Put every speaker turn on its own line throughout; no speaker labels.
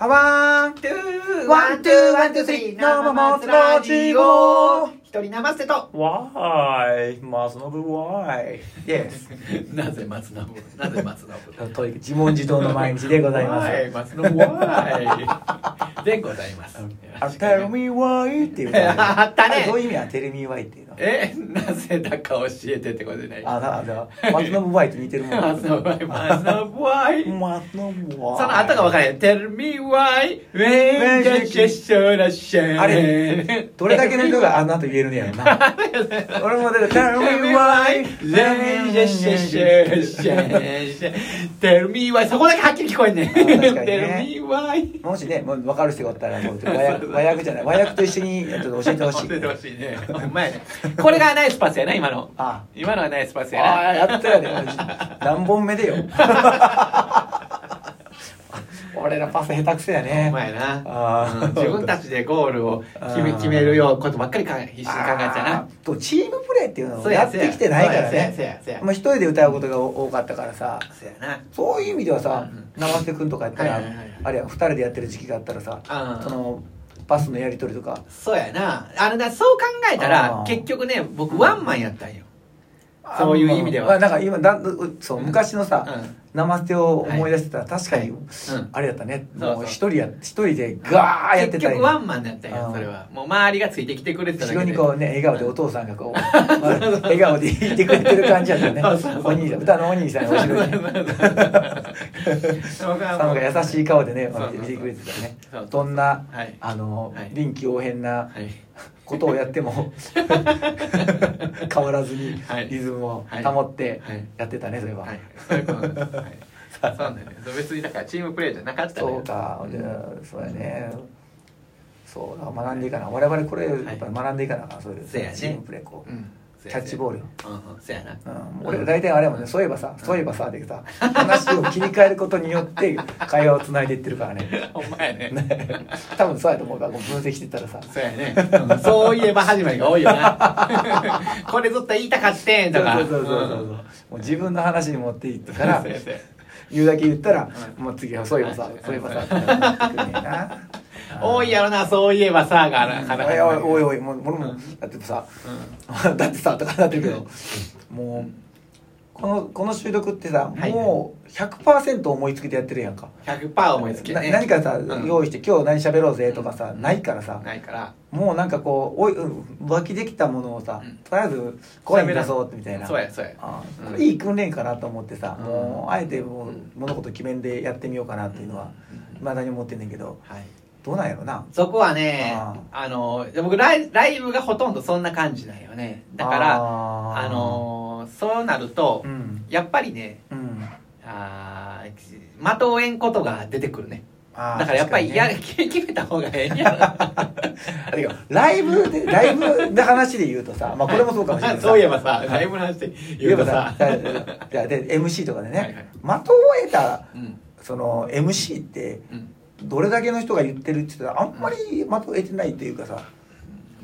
ワン、ツー、
ワン、ツー、ワン、ツー、スリー、生松ラジオ一人生瀬と。
Why? マスノブ Why? Yes.
なぜ松田をなぜ松田を
と自問自答の毎日でございます。
はい松田を Why でございます
あ、Tell me why っていうの
あったね
あれどういう意味なの Tell me why っていうの。
えなぜだか教えてってことじゃない
あ、だから、マスノブ Why と似てるもん。
松田 Why 松田 Why
マスノブ Why。
その後が分からへん Tell me why when the gesture of shame
あれ、どれだけの人があんなと言えるねやろな。俺もだから、Tell me why
Let me just share, share, share. Tell me why そこだけはっきり聞こえんねん
あ確かにね
Tell me why
もしね、もう分かる人がおったら、もう和 訳和訳じゃない、和訳と一緒にちょっと教えてほしい。
教えてほしいねほんまやねこれがナイスパスやな今の
あ
今のはナイスパス
あ
やな
あやったよね、俺何本目で よ。俺らパス下手くそや
ほ
ね
ん。まやな
あー
うん自分たちでゴールを決
あ
め
ー
決めるようなことばっかりか必死に考えち
あ
ゃ
ーとチームプレーっていう
う
の
な
をやってきてないから
そうやそ
ね。
うやそうやそう
まあ一人で歌うことが多かったからさ。
やそうや
そういう意味ではさ
うん、
生瀬くんとかやったら、
はいはいはい
あるいは二人でやってる時期があったらさ、
な
そ
うん
のパスのやり取りとか。
そうやなあのだそう考えた
あ
ら
ー
結局ね僕ワンマンやったんよそういう意味では
あなんか今だうそう
うん
昔の
う
さ、
ん
生捨てを思い出してたら、確かに、
うん
あれやったね
そうそう
もう一人や一人でガーやって
結
たり
局ワンマンだったよ
うん
それはもう周りがついてきてくれてただ
後
け
ろ
で
にこうね笑顔でお父さんがこう 笑顔で言ってくれてる感じやったよね
そうそうそう
お兄さん歌のお兄さんが後ろに
そうそうそう
さんが優しい顔でね
そうそうそう
見てくれてたね
そうそう
どんな
はい
あの、
はい
臨機応変な
はい
ことをやっても変わらずに
はい
リズムを保って
はい
やってたねそれは、
はいそういうことなんですはい そうなんだよねそう別にだからチームプレーじゃなかったの
そ
よ
うか、でそうやね。そう、学んでいかな、我々これ、やっぱり学んでいかなあかん、そういう、
そうやね
チームプレー、こう、
うん
キャッチボールよ。
うんうんそうやな
うん、俺大体あれもね、そういえばさ、そういえばさ、でさ、話を切り替えることによって、会話をつないでいってるから ね。
お前ね
ね多分そうやと思うから、こう分析してたらさ。
そうやね、うんそういえば始まりが多いよな これずっと言いたかってん
そ
と
う
か
そうそうそうそう、もう自分の話に持っていったから
そうやそうや
言うだけ言ったら、
う
もう次はそういえばさ
はい
そういえばさってなってくんねんな
多いやろなそういえばさがなかな
おいおいおい
い
おいもう俺もだってさ、 だってさとかなってるけどもうこのこの収録ってさ、
はい
もう100%思いつきでやってるやんか
100%思いつき
な
ね
何かさ、
うん
用意して今日何喋ろうぜとかさ、
うん
ないからさ、
ないから
もうなんかこうおい、うん、浮気できたものをさ、
うん
とりあえず声に出そうってみたいな
そうやそうや
ああ
うん
これいい訓練かなと思ってさ、
うん
もうあえてもう
うん
物事決めんでやってみようかなっていうのは
うん
いまだに思ってんねんけど
はい
どうなんやろな
そこはね
あ
あの僕ライライブがほとんどそんな感じなんよねだから
あ
あ
ー
のそうなると、
うん
やっぱりね
うん
あーまとえんことが出てくるね
あー
だからやっぱり
確か
や、
にね
決めた方がええんやろ
あれよライブでライブの話で言うとさ、まあ、これもそうかもしれない
そういえ
ば
ばさライブの話で
言
言
え
うと
ば
さ
さじゃあで MC とかでね、
はいはい
的を得た
うん
その MC って
うん
どれだけの人が言ってるって言ったらあんまり的を得てないっていうかさ、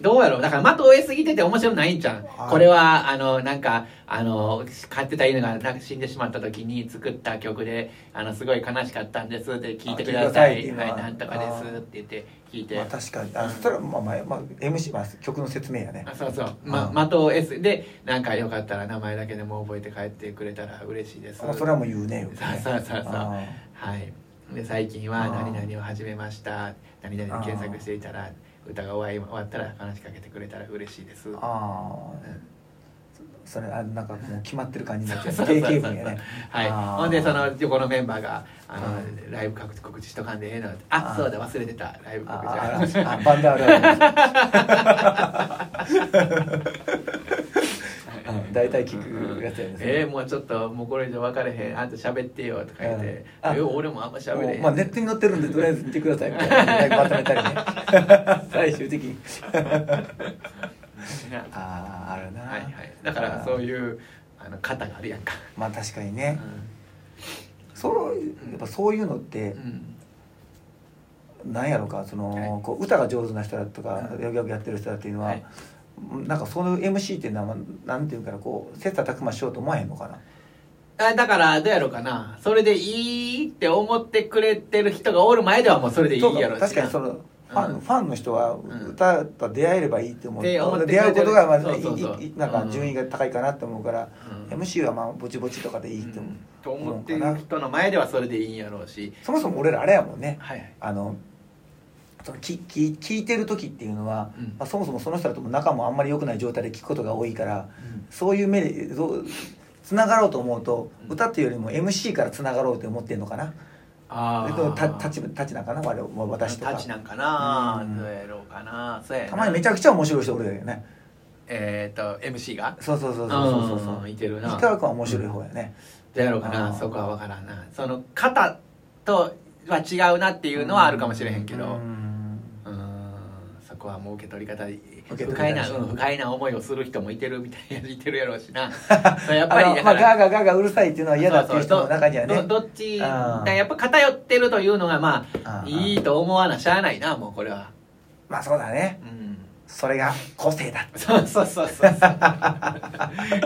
どうやろうだから的を得すぎてて面白くないんじゃん、
はい
これはあのなんかあの飼ってた犬がなんか死んでしまった時に作った曲であのすごい悲しかったんですって聞いてく
あ聞いてくだ
ださいは
さい
い
っていうのは
なんとかですって言って聞いて、
まあ、確かにあそれはまあまあ、まあ、MC、まあ、曲の説明やね
あそうそう、
う
ま
ん、
的を S でなんかよかったら名前だけでも覚えて帰ってくれたら嬉しいです
あそれはもう言うねよ
そうそうそうそう
あ
はいで最近は
あー
「何々を始めました」「何々で検索していたら歌が終わり終わったら話しかけてくれたら嬉しいです」
ーあー
うん
それあなんかもう決まってる感じになっちゃう
そうそうそう
定
そう
型文やね
はい、
あー
ほんでその横のメンバーが「あの
う
ライブ告知告知しとかんでええの」あ
あー
そうだ忘れてたライブ
あ
告知
あああバンドあるあるうん大体聞くやつやね
えー、もうちょっともうこれ以上分かれへんあんた喋ってよ」とか言って
うん
「
あ
え俺もあんま喋れへん」
まあネットに載ってるんでとりあえず見てくださ いみたいなまとめたりね最終的に
な
あああるな
はいはい、だからそういうあの型があるやんか、
まあ確かに
う
ね、そうやっぱそういうのって
ん
なんやろかその、
はい
こう歌が上手な人だとか
うん
よくよくやってる人だっていう
う
の
ん
は、
はい、
なんかその MC っていうのはなんていうかなこう切磋琢磨しようと思わへんのかな
あだから、どうやろうかな。それでいいって思ってくれてる人がおる前ではもうそれでいい
そう
や
か
ろ
確かにそ
っ
のファン,、
うん
ファンの人は
ん
歌と出会えればいいって思って,、
で思ってくれ
出
て
会
る
うことがま
そ
あ
うそうそう
いいなんか順位が高いかなって思うから、
うん
MC はまあぼちぼちとかでいいって思う、
と思ってる人の前ではそれでいいんやろうし。
そもそも俺らあれやもんね
はいはい。
あのそのきき聞いてる時っていうのは、
うん
まあ、そもそもその人らとも仲もあんまり良くない状態で聞くことが多いからそういう目でそうつながろうと思うと、
うん
歌っていうよりも MC からつながろうって思ってんのかな
あ
それとた立ち立ちなんかな我々私と
タ
か
チなんかな、
うん
どうやろうかなそうやな
たまにめちゃくちゃ面白い人おるよね
えっ、と MC が
そうそうそうそうそうそうそう
うんいてるな
氷川君は面白い方やね、
どうやろうかな
あー
そこは分からんなその肩とは違うなっていうのはあるかもしれへんけど
う
うん
ん
んそこはもう受け取り方
取り方
深いな、
し
うん不快な思いをする人もいてるみたいないてるやろう しなそうやっぱり
あの
だか
まあ、
ら
ガーガーガーガーうるさいっていうのは嫌だっていう人の中にはね
そうそうどどっち
うん
だからやっぱ偏ってるというのがまあ
うん
いいと思わなしゃあないなもうこれは
まあそうだね
うん
それが個性だ
そうそうそうそう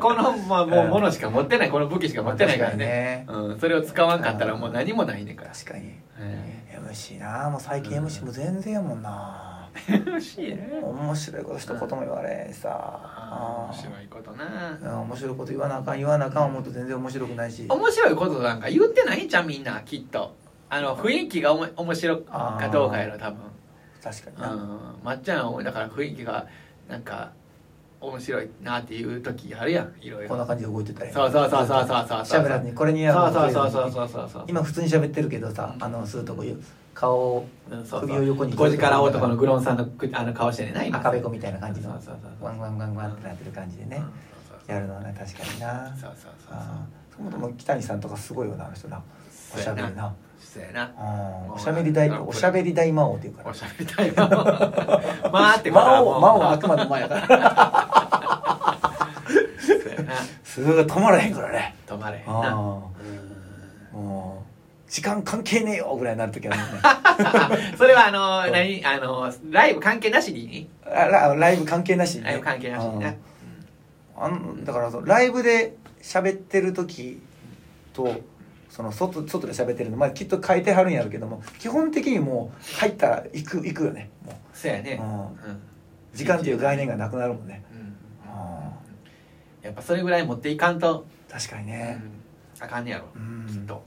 この、まあ、もうものしか持ってないこの武器しか持ってないからねうん、それを使わんかったらもう何もないね んから
確かに
え
MC なもう最近
うん
MC も全然やもんな、
え楽しいね
面白いこと一言も言われんし
あ
さ
ー面白いことな
うん面白いこと言わなあかん言わなあかん思うと全然面白くないし
面白いことなんか言ってないじゃんみんなきっとあの雰囲気がおも面白いかどうかやろ多分
確かに
う
な、
んまっちゃんはだから雰囲気がなんか面白いなっていう時あるやんいろい
こんな
ろ
感じで動いてたり
そうそうそうそうそうそうそう
喋らずにこれに
そう
合
そうそうそうそうそうそう
今普通に喋ってるけどさあのするとこう顔を
うんそうそう
首を横に
5時から男のグロンさんのくあの顔してねな今
赤べこみたいな感じの
そうそうそうそう
ワンワンワンワンってなってる感じでね
うん
やるのはね確かにな
そうそうそう
あーそもそも北西さんとかすごいよなあの人なお
そう
しゃべりな
そうやな
うんおしゃべり大おしゃべり大魔王っていうから
おしゃべり たい魔王まあって
魔王魔王は
は
あくまで前やから
そうやな
すごい止まらへんからね
止まれへんな
ああもう時間関係ねえよぐらいになる時あるもんね
うんそれはあの
そう
何あのライブ関係なしに
あラライブ関係なしにね
ライブ関係なしに
う
なん
あんだからそのライブで喋ってる時とその外外で喋ってるの、まあ、きっと変えてはるんやるけども基本的にもう入ったら行く行くよねも
そうやね
う
うん
う時間っていう概念がなくなるもんね
うん
あ
やっぱそれぐらい持っていかんと
確かに
う
ね
んあかんねやろ
うん
きっと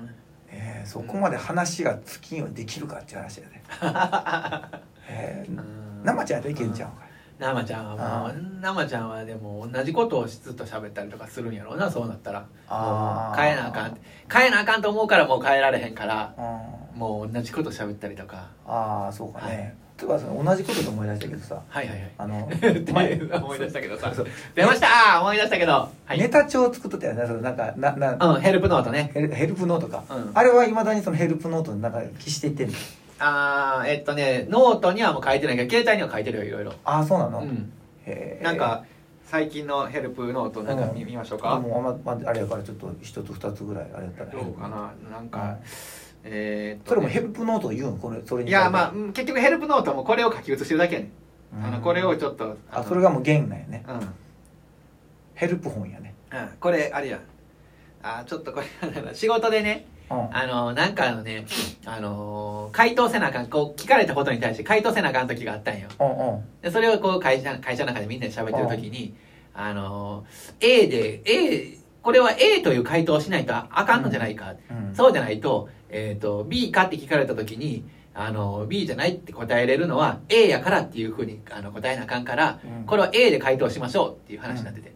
うん
えーそこまで話が尽きんようにできるかっていう話 だね、えー
うん
生ちゃんやったらいけんちゃうんか
生ちゃんはも
あ
う生ちゃんはでも同じことをしずっと喋ったりとかするんやろうなそうなったら
あー
変えなあかんって変えなあかんと思うからもう変えられへんから
うん
もう同じこと喋ったりとか
ああそうか
はい
ね、例えばその同じことで思い出したけどさ
はいはいはい
あ の
って
前
思い出したけどさ
そう
出ましたー思い出したけどはい
ネタ帳作っとったよねそのなんかなな
うんヘルプノートね
ヘルヘルプノートか、
うん
あれはいまだにそのヘルプノートの中に記していってんの
あーえっとねノートにはもう書いてないけど携帯には書いてるよいろいろ
ああそうなの、
うん
へー
なんか最近のヘルプノートなんか見
うん
見ましょう
でも
か
あんまあれやからちょっと一つ二つぐらいあれやったら
どうかななん
う
か
ん
えーっと
それも
ね
ヘルプノートを言うんこれそれに
いやまあうん結局ヘルプノートもこれを書き写してるだけやねんあのこれをち
ょっ
ょっと
あ
の
それがもう弦なんやね
うん、うん、
ヘルプ本やね
これあれやあちょっとこれあの仕事でね
うん
あのなんかあのねあの回答せなあかんこう聞かれたことに対して回答せなあかん時があったんよ
うんうん
でそれをこう会社会社の中でみんなで喋ってる時にあの A で A これは A という回答をしないとあかんのじゃないか、
うん
そうじゃないと,、えー、と B かって聞かれた時にあの B じゃないって答えれるのは A やからっていうふうにあの答えなあかんから
うん
これは A で回答しましょうっていう話になってて、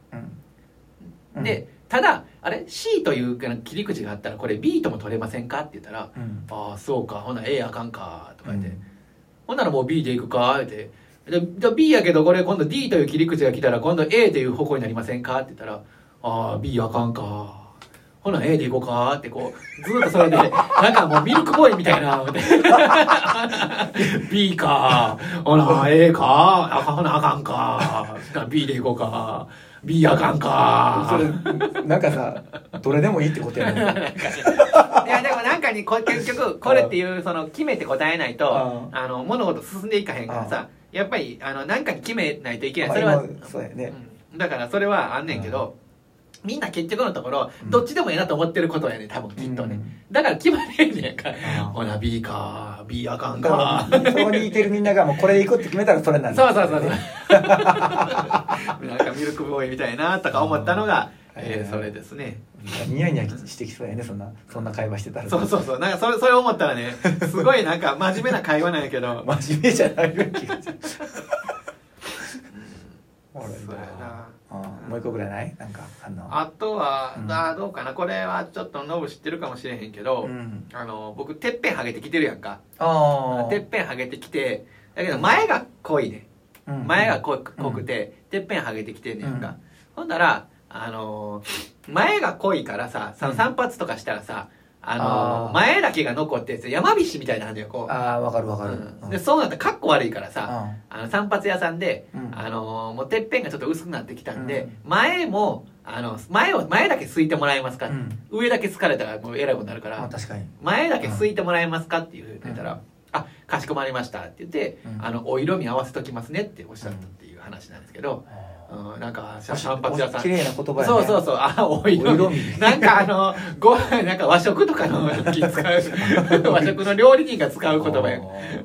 うん
でただあれ C という切り口があったらこれ B とも取れませんかって言ったら「
うん
ああそうかほな A あかんか」とか言って、
うん
ほんならもう B でいくかってでじゃあ B やけどこれ今度 D という切り口が来たら今度 A という方向になりませんかって言ったら「ああ B あかんか」ほな A でいこうかってこうずっとそれで なんかもうミルクボーイみたいな B かほな A かあかんほなあかんかほな B でいこうか B あかんか
それなんかさどれでもいいってことやね
いやでもなんかにこ結局これっていうその決めて答えないと
う
あの物事進んでいかへんからさやっぱりあのなんかに決めないといけないそれ
まあ
は
今そうやね
うんだからそれはあんねんけどみんな結局のところ、
うん
どっちでもええなと思ってることやね多分きっとね、だから決まれへんねんかほな B か B あかんか
うんそこにいてるみんながもうこれで行くって決めたらそれなんです
そうそうそうそう なんかミルクボーイみたいなとか思ったのが、
うん
えーそれですね
ニヤニヤしてきそうやねそんなそんな会話してたら
そうそうそうなんかそれそれ思ったらねすごいなんか真面目な会話なんやけど
真面目じゃないよ気がするおもろい
そうや
な
な
うんもう一個ぐらいないなんかあんの
あとは、
うん
あーどうかなこれはちょっとノブ知ってるかもしれへんけど、
うん
あの僕てっぺんハゲてきてるやんか
あ
てっぺんハゲてきてだけど前が濃いね
あ
前が濃く濃くて、てっぺんハゲてきてんねやんか、
うん
ほんならあのー前が濃いからささ
うん
散髪とかしたらさ、あのー
あー
前だけが残って山菱みたいなのあんのよこう
ああわかるわかる
うんでそうなったらかっこ悪いからさ、
あ
あの散髪屋さんで、
うん
あのーもうてっぺんがちょっと薄くなってきたんで、
う
前もあの前を前だけすいてもらえますか、
うん
上だけ疲れたらもうえらいことになるから、
まあ確かに
前だけすいてもらえますかっていうふうに言ったら、
うん
あかしこまりましたって言って、
うん
あのお色味合わせときますねっておっしゃったっていう話なんですけど、うんなんか散髪屋さん
綺麗な言葉やね
そうそうそうあお色
お色
味
味
なんかあのご飯なんか和食とかの時使 う和食の料理人が使う言葉や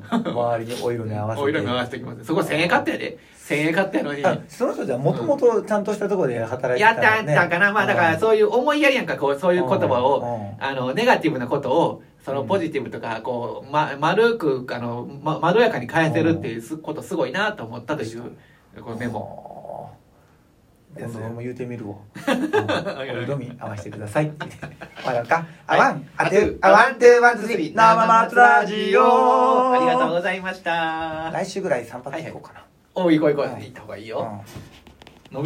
あー周りにお色に合わせて
お色味合わせときますそこ1000円買ったやで1000円買ったのに
あその人じゃもともとちゃんとしたところで働いて
や
た
っ
ね
たんだかな、まあだからそういう思いやりやんかこうそう
う
い
ん
う言葉を
うん
あのネガティブなことをそのポジティブとかこう、ま、丸くあの、ま、まろやかに返せるっていうすことすごいなと思ったというこのメモ
モ
です
今度俺も言うてみる わうんお色味合わせてくださいってわかるかあ
はい
ワンあてあワンツーワンツースリー生松ラジオ
ありがとうございました
来週ぐらい散髪行こうかな
おい行こう行こう
うん
行った方がいい
うん
よ、